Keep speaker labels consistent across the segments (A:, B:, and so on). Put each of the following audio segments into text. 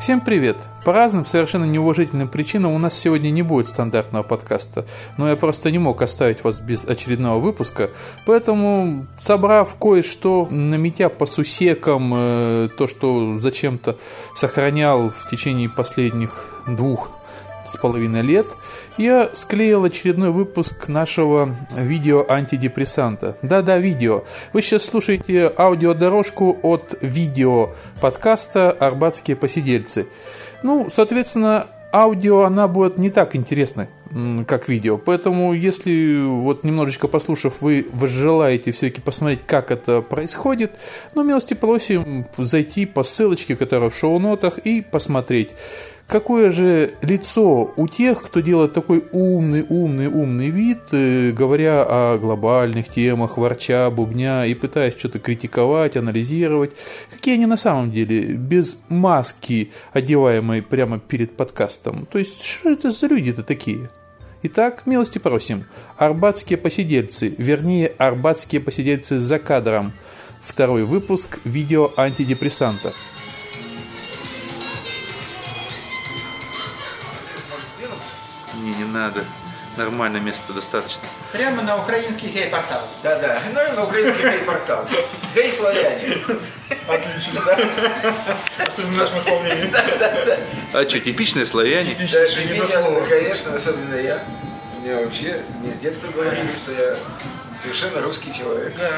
A: Всем привет! По разным совершенно неуважительным причинам у нас сегодня не будет стандартного подкаста, но я просто не мог оставить вас без очередного выпуска, поэтому, собрав кое-что, наметя по сусекам э, то, что зачем-то сохранял в течение последних двух с половиной лет, я склеил очередной выпуск нашего видео-антидепрессанта. Да-да, видео. Вы сейчас слушаете аудиодорожку от видео подкаста «Арбатские посидельцы». Ну, соответственно, аудио она будет не так интересна, как видео. Поэтому, если вот немножечко послушав, вы желаете все-таки посмотреть, как это происходит, ну, милости просим зайти по ссылочке, которая в шоу-нотах, и посмотреть. Какое же лицо у тех, кто делает такой умный, умный, умный вид, э, говоря о глобальных темах, ворча, бубня и пытаясь что-то критиковать, анализировать, какие они на самом деле без маски, одеваемой прямо перед подкастом. То есть, что это за люди-то такие? Итак, милости просим, арбатские посидельцы, вернее, арбатские посидельцы за кадром. Второй выпуск видео антидепрессанта. Не, не надо. Нормально места достаточно.
B: Прямо на украинский гей-портал.
C: Да-да, ну, на украинский гей-портал. Гей-славяне.
B: Отлично, да? Особенно в нашем исполнении.
A: А что, типичные славяне?
C: Даже меня, конечно, особенно я. Меня вообще не с детства говорили, что я совершенно русский человек.
B: Да.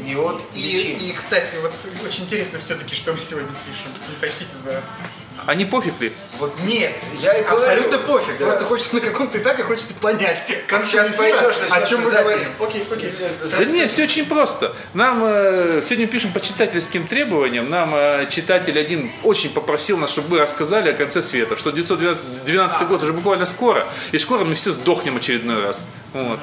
C: Не от
B: И,
C: и...
B: и, кстати, вот очень интересно все-таки, что мы сегодня пишем. Не сочтите за...
A: А не пофиг ли?
C: Вот нет, я и
B: Абсолютно
C: говорю.
B: пофиг.
C: Да.
B: Просто хочется на каком-то этапе хочется понять, как
C: Сейчас пойдешь,
B: о чем мы
C: начнется
B: говорим.
C: запись.
B: Окей, окей.
A: Да нет, все очень просто. Нам э, сегодня пишем по читательским требованиям. Нам э, читатель один очень попросил нас, чтобы мы рассказали о конце света, что 912 год уже буквально скоро, и скоро мы все сдохнем очередной раз. Вот.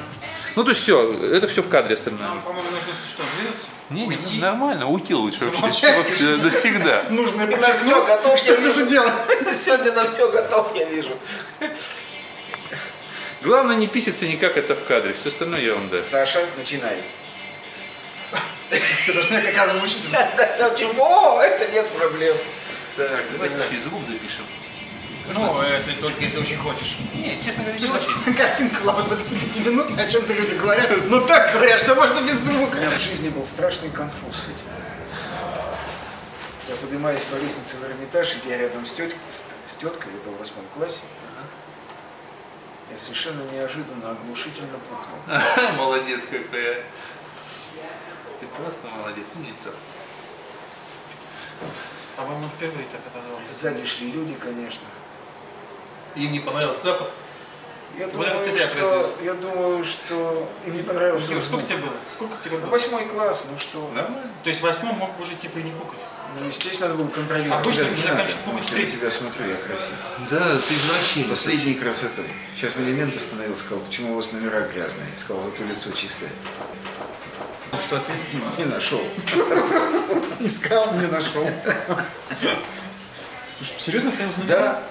A: Ну то есть все, это все в кадре остальное.
D: По-моему, нужно что, двинуться?
A: Не, не, нормально, уйти лучше вообще.
B: Молчать.
A: Вот, э, Навсегда.
B: Нужно это
C: На всё готов,
B: Что
C: я вижу.
B: нужно делать?
C: Сегодня на все готов, я вижу.
A: Главное не писаться, не какаться в кадре, все остальное ерунда.
C: Саша, начинай.
B: Ты должна как озвучиться.
C: Да чего? Это нет проблем.
A: Так, давайте еще и звук запишем.
D: Ну, это только если очень хочешь.
A: Не, честно говоря, не
B: Слушай,
A: очень.
B: Картинка была 25 минут, о чем-то люди говорят. Ну так говорят, что можно без звука.
C: У меня в жизни был страшный конфуз с этим. Я поднимаюсь по лестнице в Эрмитаж, и я рядом с, тет... с теткой, я был в восьмом классе. Я совершенно неожиданно, оглушительно пукнул.
D: А.
A: Молодец какая. Ты просто молодец, умница.
D: По-моему, впервые так отозвался.
C: Сзади шли люди, конечно.
D: Им не понравился запах.
C: Я
D: Вот
C: думаю,
D: это ты зря
C: что... Я думаю, что им не понравился звук.
D: Сколько тебе было? Сколько тебе было?
C: Восьмой класс, ну что?
A: Нормально.
D: То есть восьмой мог уже типа и не пукать.
C: Ну, естественно, надо было контролировать.
D: Обычно не заканчивают пукать в третий.
C: тебя смотрю, я красив.
A: Да, ты извращенец.
C: Последней красоты. Сейчас меня мент остановил, сказал, почему у вас номера грязные. Сказал, вот у лицо чистое.
D: Ну что, ответить не могу.
C: Не нашел.
B: Искал, не нашел. Слушай,
D: Серьезно остановился на
C: Да.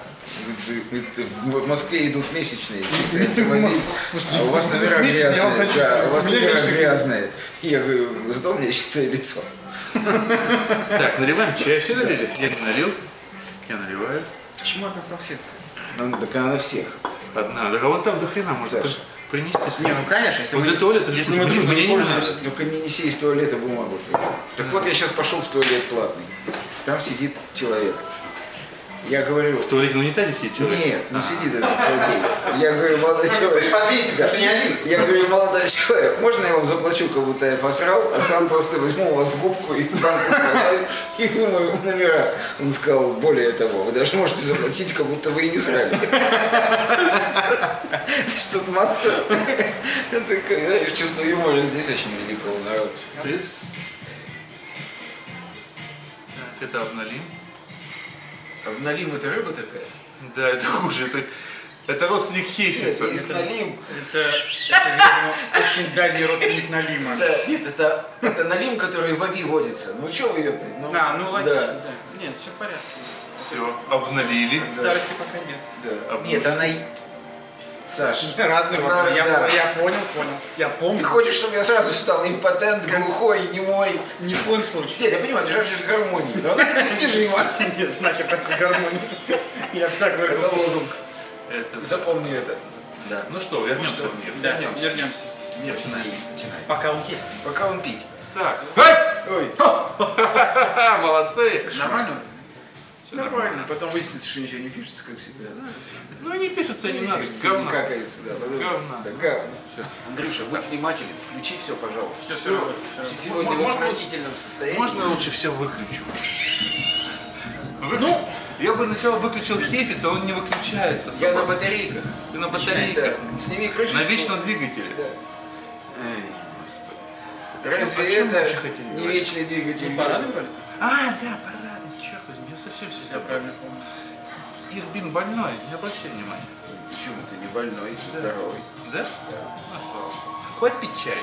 C: Говорит, говорит, В в Москве идут месячные. чистые автомобили. А у вас номера
B: месячные, я вам
C: грязные.
B: хочу-
C: Да, у вас
B: Мне
C: номера
B: кажется,
C: грязные. И Я говорю, зато у меня чистое лицо.
A: Так, наливаем чай. Все налили? Я не налил. Я наливаю.
B: Почему одна салфетка?
C: Ну, так она на всех.
A: Одна. Да вон там до хрена может
C: Саша.
A: при- принести с
B: Не, ну конечно, если
A: Возле
B: мы-
A: туалета.
B: если
A: же
B: мы
A: мне-
B: дружно
A: мне
B: не
A: не надо.
B: пользуемся.
C: Только не неси из туалета бумагу. только. Так вот, я сейчас пошел в туалет платный. Там сидит человек. Я говорю,
A: В туалете на унитазе сидит человек?
C: Нет, ну сидит этот Сергей. Я говорю, молодой
B: Ну, ты
C: человек.
B: слышишь, подвинься, потому что не один.
C: Я говорю, молодой человек, можно я вам заплачу, как будто я посрал, а сам просто возьму у вас губку и банку снимаю, и вымою номера. Он сказал, более того, вы даже можете заплатить, как будто вы и не срали. Что-то масса. такая, знаешь, чувство юмора здесь очень великого народа.
A: Цыц. Так, это обналим.
C: Обналим это рыба такая?
A: Да, это хуже. Это
E: Это родственник
C: Нет,
E: Хейфица.
C: есть Налим.
D: Это, это, видимо, очень дальний родственник Налима.
C: Да, нет, это, это Налим, который в Аби водится. Ну чего вы ёпты? Ну,
D: А, ну логично,
C: Да.
D: да. Нет, все в порядке.
E: Все, обналили.
D: Старости пока нет.
C: да.
E: А
C: Нет, она... и- Саш,
D: Разные
C: Да,
D: вопросы.
C: да.
D: Я, я понял, понял. Я
C: ты
D: помню.
C: хочешь, чтобы я сразу стал импотент, глухой, немой?
D: Ни в коем случае.
C: Нет, я понимаю, ты жаждешь гармонии, но она недостижима.
D: Нет, нахер такой гармонии. Я бы так
C: Это
D: выразился.
C: лозунг.
E: Это...
C: Запомни это.
E: Ну что, вернемся в мир.
D: Да,
C: Вернемся.
D: вернемся.
C: Мир начинай.
D: Пока он есть.
C: Пока он пить.
E: Так.
C: Ой,
E: Ха-ха, молодцы.
D: Нормально?
E: Всё нормально.
C: потом выяснится, что ничего не пишется, как всегда.
E: Ну и не пишется, не
C: Не
E: надо.
C: пишется, не
E: Говно.
C: какается, да. потом-
E: Говна.
C: Да, говно. Андрюша, будь внимателен, включи все, пожалуйста.
D: Все, все.
C: Ты сегодня в
E: Можно-
C: отвратительном состоянии.
E: Можно лучше все выключу? Ну, я бы сначала выключил Хейфиц, а он не выключается.
C: Я на
E: собака.
C: батарейках.
E: Ты на батарейках.
C: Да. Сними крышечку.
E: На вечном двигателе.
C: Эй,
E: О
C: Разве
E: чем мы
C: это
E: вообще хотели
C: не
E: говорить?
C: вечный двигатель?
D: Порадовали?
E: А, да, парадный, черт возьми, я совсем все
D: Я
E: забыл.
D: правильно помню.
E: Ирбин больной, не обращай внимания.
C: Почему ты не больной, здоровый?
E: Да? Да. Ну слава богу. Хватит пить чай.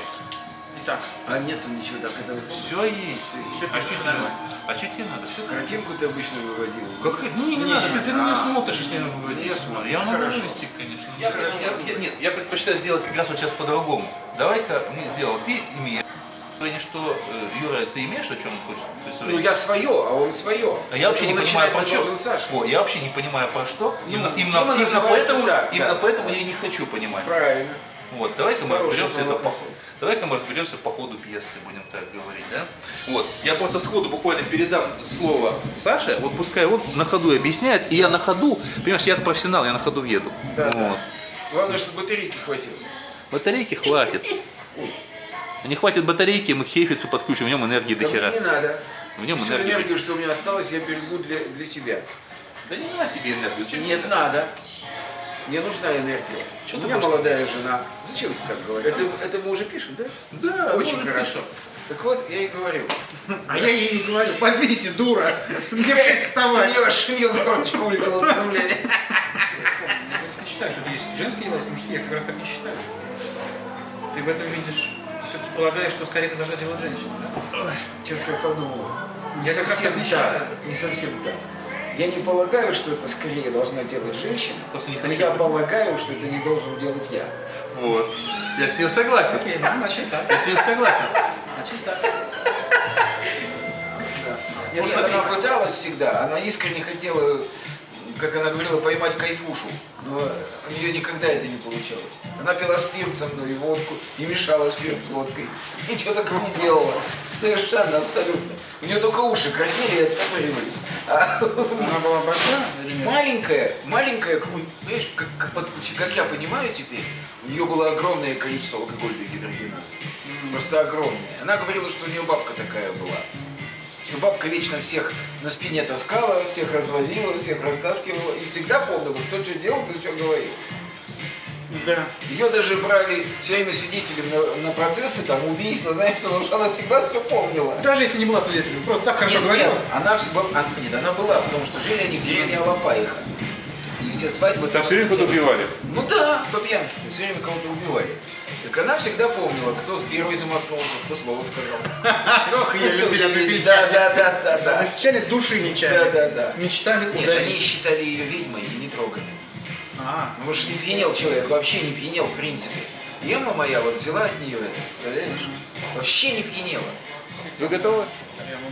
D: Итак,
C: А нету ничего так этого.
E: Все есть.
D: Всё
E: а
D: есть,
E: что тебе надо?
D: нормально.
E: А что тебе надо? Все
C: Картинку ты обычно выводил.
E: как... Не, не,
C: Не,
E: надо, ты, ты на нее
C: а.
E: смотришь, если я на говорю. Я смотрю. Я могу
C: Хорошо.
E: вывести, конечно. Я, я- я- нет, я предпочитаю сделать как раз вот сейчас по-другому. Давай-ка мне сделал. Ты имеешь. Сегодня что, э, Юра, ты имеешь, о чем он хочет? То есть,
C: Ну я свое, а он свое.
E: А я вообще не понимаю, про что.
C: Саша.
E: О, я вообще не понимаю, про что. Именно, именно-
C: тема
E: именно
C: называется
E: поэтому,
C: так, да.
E: именно поэтому я и не хочу понимать.
C: Правильно.
E: Вот, давай-ка мы
C: Хорошая
E: разберемся это по,
C: провокация.
E: давай-ка мы разберемся по ходу пьесы, будем так говорить, да? Вот, я просто сходу буквально передам слово Саше, вот пускай он на ходу и объясняет, и я на ходу, понимаешь, я профессионал, я на ходу еду.
C: Да, да.
E: Вот.
C: Главное, чтобы батарейки хватило.
E: Батарейки хватит. А Не хватит батарейки, мы к хейфицу подключим, в нем энергии до
C: Да
E: хера.
C: мне не надо.
E: В нем
C: Всю
E: энергии.
C: энергию, что у меня осталось, я берегу для, для себя.
E: Да не надо тебе энергию. зачем тебе
C: Нет, надо. Мне нужна энергия.
E: Чё
C: у
E: ты
C: меня
E: хочешь?
C: молодая жена. Зачем ты так говоришь? Это, это мы уже пишем, да?
E: Да,
C: Очень
E: может,
C: хорошо.
E: пишем.
C: Так вот, я и говорю.
D: а я ей и говорю, подвинься, дура, мне все
C: У
D: вставать.
C: нее шилье громче улетело от изумления.
D: Ты считаешь, что есть женские власти, мужские, я как раз так не считаю. Ты в этом видишь, все ты полагаешь, что скорее это должна делать женщина, да?
C: Честно я подумал. Не
D: Я как раз
C: совсем
D: так не
C: так.
D: считаю.
C: Не совсем так. Я не полагаю, что это скорее должна делать женщина.
E: Просто не
C: но
E: хочу.
C: я полагаю, что это не должен делать я.
E: Вот. Я с ним согласен.
D: Окей, ну значит так,
E: Я с ним согласен.
D: значит так.
C: Нет,
D: Вот
C: нет,
D: смотри.
C: она пыталась Ну, всегда. Она искренне хотела, как она говорила, поймать кайфушу. Но у нее никогда это не получалось. Она пила спирт со мной и водку, и мешала спирт с водкой. Ничего такого не делала. Совершенно, абсолютно. У нее только уши краснели и оттопыривались. А
D: Она была большая или нет?
C: Маленькая, маленькая, как, бы, знаешь, как, как под- как я понимаю теперь, у нее было огромное количество алкогольной гидрогеназы. Просто огромное. Она говорила, что у нее бабка такая была. Что бабка вечно всех на спине таскала, всех развозила, всех растаскивала. И всегда помнила, кто что делал, кто что говорил.
D: Да.
C: Ее даже брали все время свидетелем на, на процессы, там, убийства, знаешь, потому что она всегда все помнила.
D: Даже если не была свидетелем, просто так хорошо
C: Нет, нет,
D: говорила.
C: она, вс- была- а, нет, она была, потому что жили они в деревне Алапаиха. И все свадьбы...
E: Там все время куда убивали.
C: Ну да, по пьянке ты все время кого-то убивали. Так она всегда помнила, кто первый замахнулся, кто слово сказал.
D: Ох, я любили
C: Да,
D: односельчане.
C: да, да, да, да.
D: Односельчане души не
C: Да,
D: чаяли.
C: да, да.
D: Мечтали
C: Нет, они
D: удалить.
C: считали ее ведьмой и не трогали.
D: А,
C: Ну, уж не пьянел человек, вообще не пьянел, в принципе. Ема моя вот взяла от нее это, представляешь? Вообще не пьянела.
E: Вы готовы?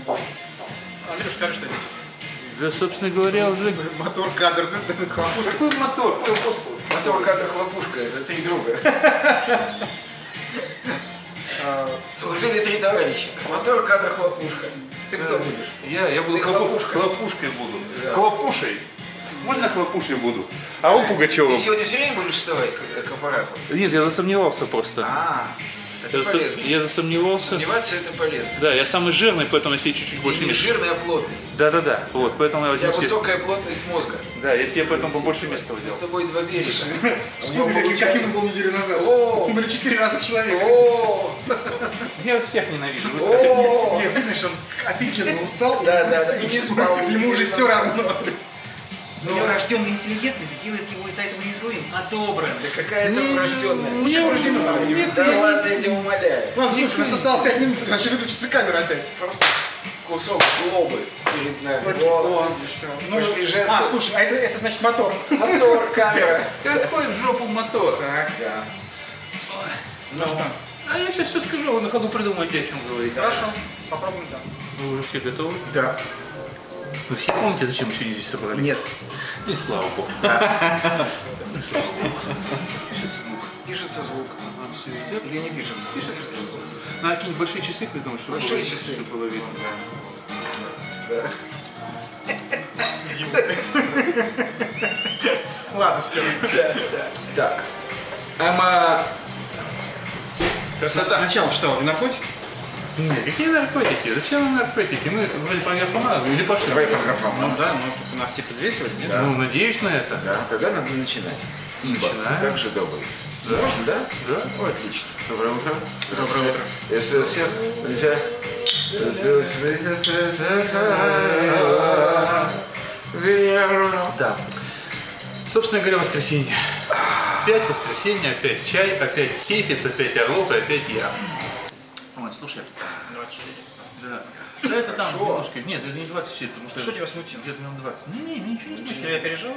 C: А,
D: Андрюш, скажи что-нибудь.
A: Да, собственно говоря, уже
D: Мотор, кадр, хлопушка.
E: Какой мотор? Какой послуг?
C: Мотор кадр хлопушка, это три друга. А, Служили три товарища. Мотор кадр хлопушка. Ты кто будешь?
E: Я, я буду
C: Ты
E: хлопу-
C: хлопушка.
E: хлопушкой буду. Хлопушей. Можно хлопушей буду? А он
C: Ты
E: Пугачевым.
C: сегодня все время будешь вставать к, к аппарату?
A: Нет, я засомневался просто.
C: А, это
A: Я, за-
C: полезно.
A: я засомневался.
C: Сомневаться это полезно.
A: Да, я самый жирный, поэтому я себе чуть-чуть
C: Ты
A: больше
C: не
A: места.
C: жирный, а плотный.
A: Да-да-да, вот, поэтому я
E: Ну,
C: У тебя
A: возьму себе.
C: высокая плотность мозга.
A: Да, я себе поэтому побольше места
C: Мы
A: взял.
C: с тобой два берега.
D: Вспомнили, каким был неделю назад.
C: О.
D: Были четыре разных человека.
C: О,
E: Я всех ненавижу. вы так.
C: о,
D: Не, видно, что он офигенно устал.
C: Да, да, да.
D: И не спал. Ему уже все равно.
E: Ну,
D: Но врожденная интеллигентность делает его из-за этого не злым, а добрым.
C: Да какая
E: ну,
C: там врожденная. Почему
A: мне-
C: врожденная? Да ладно, я тебя умоляю.
B: Ладно, слушай, у нас осталось 5 минут, иначе выключится камера опять.
C: Просто кусок злобы перед нами.
B: Вот,
C: О,
B: вот.
C: ну, пошли жесты. Ну,
D: а, слушай, а это, это значит мотор.
C: Мотор, камера.
E: Какой в жопу мотор?
C: Так, да.
D: Ну что,
E: А я сейчас все скажу, вы на ходу придумаете, о чем говорить.
D: хорошо, попробуем там.
E: Вы уже все готовы?
C: Да.
E: Вы все помните, зачем мы сегодня здесь собрались?
C: Нет.
E: И слава богу.
C: Пишется звук. Или не пишется? Пишется звук.
E: Надо какие-нибудь большие часы придумать, чтобы
C: Большие
E: было-
C: часы.
E: чтобы было видно.
B: Ладно, все.
C: Так.
E: Ама...
D: Сначала
E: Красота.
D: что, наркотик?
E: Нет, какие наркотики? Зачем нам наркотики? Мы вроде по графоману или пошли.
C: Давай по графам.
D: Ну да, ну тут у нас типа две сегодня, нет?
E: Ну, надеюсь на это.
C: Да, тогда надо начинать. Ибо
E: Начинаем.
C: так же добрый. Можно, да?
E: Да.
C: О, отлично.
E: Доброе утро.
C: Доброе утро. СССР. нельзя. СССР. Верно.
E: Да. Собственно говоря, воскресенье. Опять воскресенье, опять чай, опять кефис, опять орлов и опять я. Вот, слушай.
D: 24.
E: Да. Да это там немножко. Нет, это не 24, потому что...
D: Что тебя смутило?
E: Где-то минут 20. Не, не, ничего не
D: Что,
E: смутило.
D: я пережил?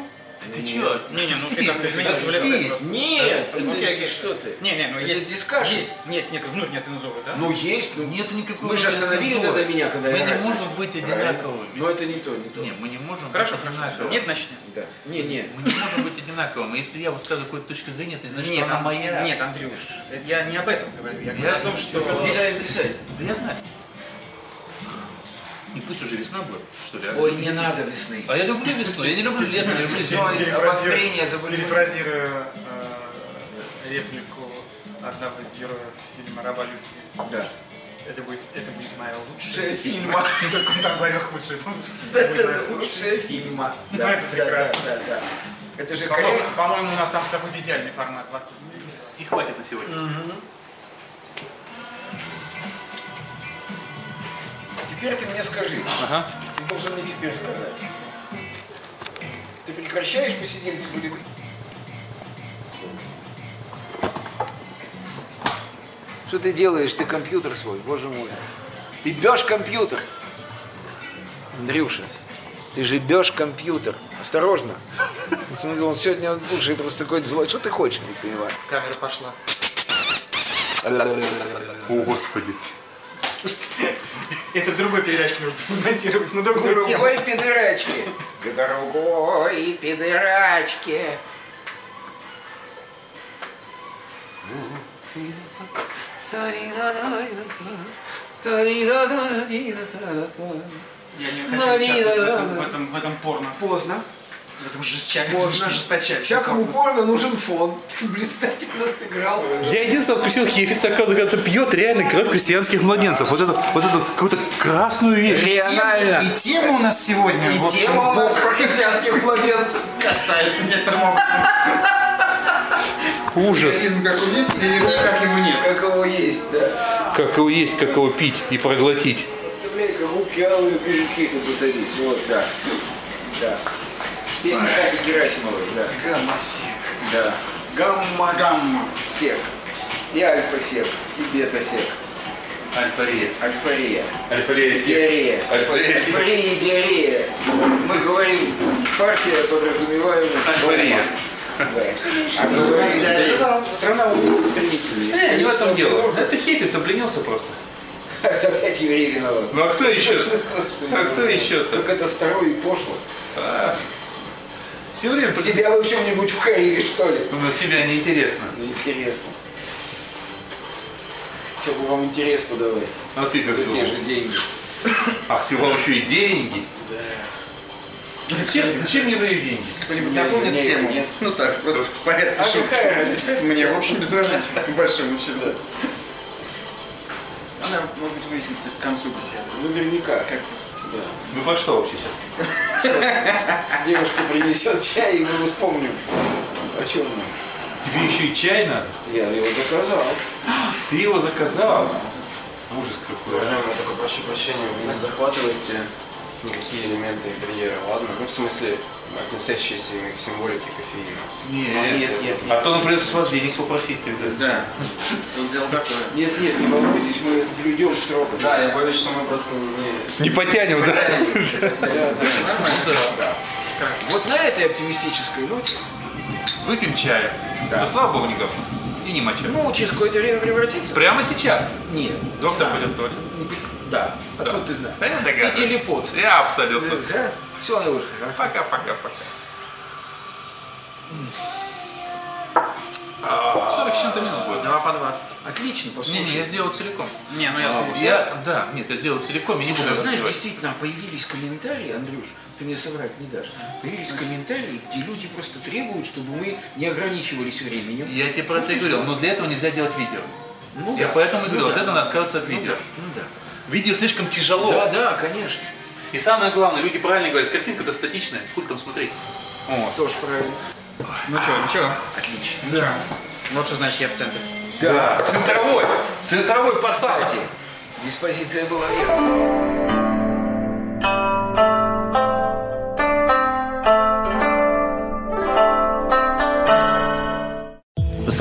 E: Ты, ты чё?
D: Не, не, ну ты как-то изменился в лице.
C: Нет,
D: просто.
C: нет,
D: Ну,
C: ты-
D: я- я-
C: что ты?
D: Не, не, ну
C: Это
D: есть
C: дискашн.
D: Есть, есть некая внутренняя цензура, да?
C: Ну есть, ну
E: Нет никакого
C: мы же остановили
E: цензуры.
C: тогда меня, когда
E: Мы
C: я
E: не
C: орать
E: можем
C: начал.
E: быть
C: Правильно.
E: одинаковыми.
C: Но это не то, не то.
E: Нет, мы не можем
D: Хорошо,
E: быть
D: хорошо.
E: одинаковыми.
D: Нет, начнем.
C: Да. Не, не.
E: Мы не можем быть одинаковыми. Если я высказываю какую-то точку зрения, ты значит, Ну что она
D: Ан-
E: моя.
D: Нет, Андрюш, это я не об этом говорю. Я говорю
E: Я
D: о том, что...
C: Дизайн писать.
E: Да я знаю. И пусть уже весна будет, что ли. а?
C: Ой, не надо весны.
E: А я люблю весну, я не люблю лето, я люблю
C: Все,
E: зиму.
C: обострение заболевания.
F: Перефразируя э, реплику одного из героев фильма «Раба любви».
C: Да.
F: Это будет, это будет моя лучшая
C: Лучшая
F: фильма. Только он там говорил худший. Это будет моя
C: Это
F: худшая.
C: лучшая фильма.
F: Ну,
C: Да,
F: это
C: да,
F: прекрасно.
C: да, да, да. Это же
F: По-моему,
C: корректно.
F: По-моему, у нас там такой идеальный формат 20 минут.
E: И хватит на сегодня.
C: Теперь ты мне скажи.
E: Ага.
C: Ты должен мне теперь сказать. Ты прекращаешь посидельцев или ты... Что ты делаешь? Ты компьютер свой, боже мой. Ты бьешь компьютер. Андрюша, ты же бьешь компьютер. Осторожно. Смотри, Он сегодня лучше просто какой-то злой. Что ты хочешь, не понимаю.
D: Камера пошла.
E: О, Господи.
F: Это в другой передачке нужно монтировать, на
C: К
F: другую тему.
C: другой пидорачке. К другой пидорачке.
F: Я не хочу участвовать в этом, в этом, в этом порно.
C: Ну, Поздно.
F: В этом жестчайшем,
C: Поздно.
F: жесточайшем
C: Всякому
F: порно.
C: порно нужен фон. Ты блистательно сыграл.
E: Я единственное вкусил хефиц, оказывается, а пьет реально кровь крестьянских младенцев. Вот эту, вот эту какую-то красную вещь.
C: Реально.
F: И тема у нас сегодня, в
C: И
F: общем,
C: тема у нас про христианских младенцев.
F: касается некоторым образом.
E: Ужас.
F: Расизм как он есть, или как его нет.
C: Как его есть, да.
E: Как его есть, как его пить и проглотить.
C: Представляй-ка, руки алые пижаки как посадить. Вот, да. Да. Песня Кати Герасимовой, да. Да. Гамма.
F: Гамма.
C: Сек. И альфа-сек, и бета-сек.
E: Альфа-рея.
C: Альфория.
E: Альфа-рея.
C: Диарея.
E: Альфа-рея.
C: Альфория и диарея. Мы говорим партия, подразумеваем...
E: Альфа-рея.
C: Да. А мы говорим диарея. Страна стремительная.
E: Э, Не, не в этом дело. Это хефиц, обленился просто.
C: Опять евреи виноваты.
E: Ну а кто еще?
C: Господи.
E: А кто еще-то?
C: Как это старо и пошло.
E: Все время под-
C: Себя вы в чем-нибудь вкорили, что ли? Ну,
E: Ну, себя неинтересно.
C: Интересно. Все бы вам интересно давать.
E: А ты как
C: За те
E: думаешь?
C: же деньги.
E: Ах, ты вам еще и деньги. Зачем, зачем мне дают деньги?
F: Кто-нибудь
C: Не,
F: напомнит
C: не,
F: тему?
C: нет.
F: Ну так, просто в порядке.
C: А
F: шутки.
C: какая разница?
F: Мне, в общем, безразлично, по большому счету.
D: Она, может быть, выяснится к концу беседы.
C: Наверняка. Как
E: Ну по что вообще сейчас?
C: девушка принесет чай, и мы вспомним. О чем мы?
E: Тебе еще и чай надо?
C: Я его заказал.
E: Ты его заказал? Ужас какой. а.
C: Уважаемый, только прошу прощения, вы меня захватываете
G: ну, какие элементы интерьера, ладно? Ну, в смысле, относящиеся к символике кофеина.
E: Нет, нет, нет. А то, например, с вас денег попросить тогда.
C: Да.
D: Тут дело такое.
C: Нет, нет, не волнуйтесь, мы блюдем срок.
G: Да, я боюсь, что мы просто не...
E: Не потянем, да?
C: Вот на этой оптимистической ноте,
E: Выпьем чая. Да. Слава богу, не говно. И не моча.
C: ну, через какое-то время превратится.
E: Прямо сейчас.
C: Нет.
E: Доктор пойдет в туалет.
C: не пи- Да. Откуда ты знаешь?
E: Да я
C: Ты
E: догадываюсь.
C: телепот.
E: Я абсолютно.
C: Все, Левушка.
E: Пока-пока-пока. 40 с чем-то минут будет.
D: Два по 20.
C: Отлично,
E: Не, не,
C: послушай.
E: я сделал целиком.
D: Не, ну я смотрю.
E: Я, да, нет, я сделал целиком, я не буду
C: А, Слушай, а знаешь,
E: разбивать.
C: действительно, появились комментарии, Андрюш, ты мне соврать не дашь, появились комментарии, где люди просто требуют, чтобы мы не ограничивались временем.
E: Я тебе про это и говорил, но для этого нельзя делать видео.
C: Ну
E: Я
C: да,
E: поэтому и
C: ну
E: говорю,
C: да,
E: вот это надо отказываться от
C: ну
E: видео.
C: да, ну да.
E: Видео слишком тяжело.
C: Да, да, конечно.
E: И самое главное, люди правильно говорят, картинка-то статичная, хуй там смотреть. Вот.
C: Тоже правильно.
D: Ну что, ничего.
C: Отлично.
D: Да. Вот что значит я в центре.
E: Да, центровой, центровой пацан.
C: Диспозиция была верна.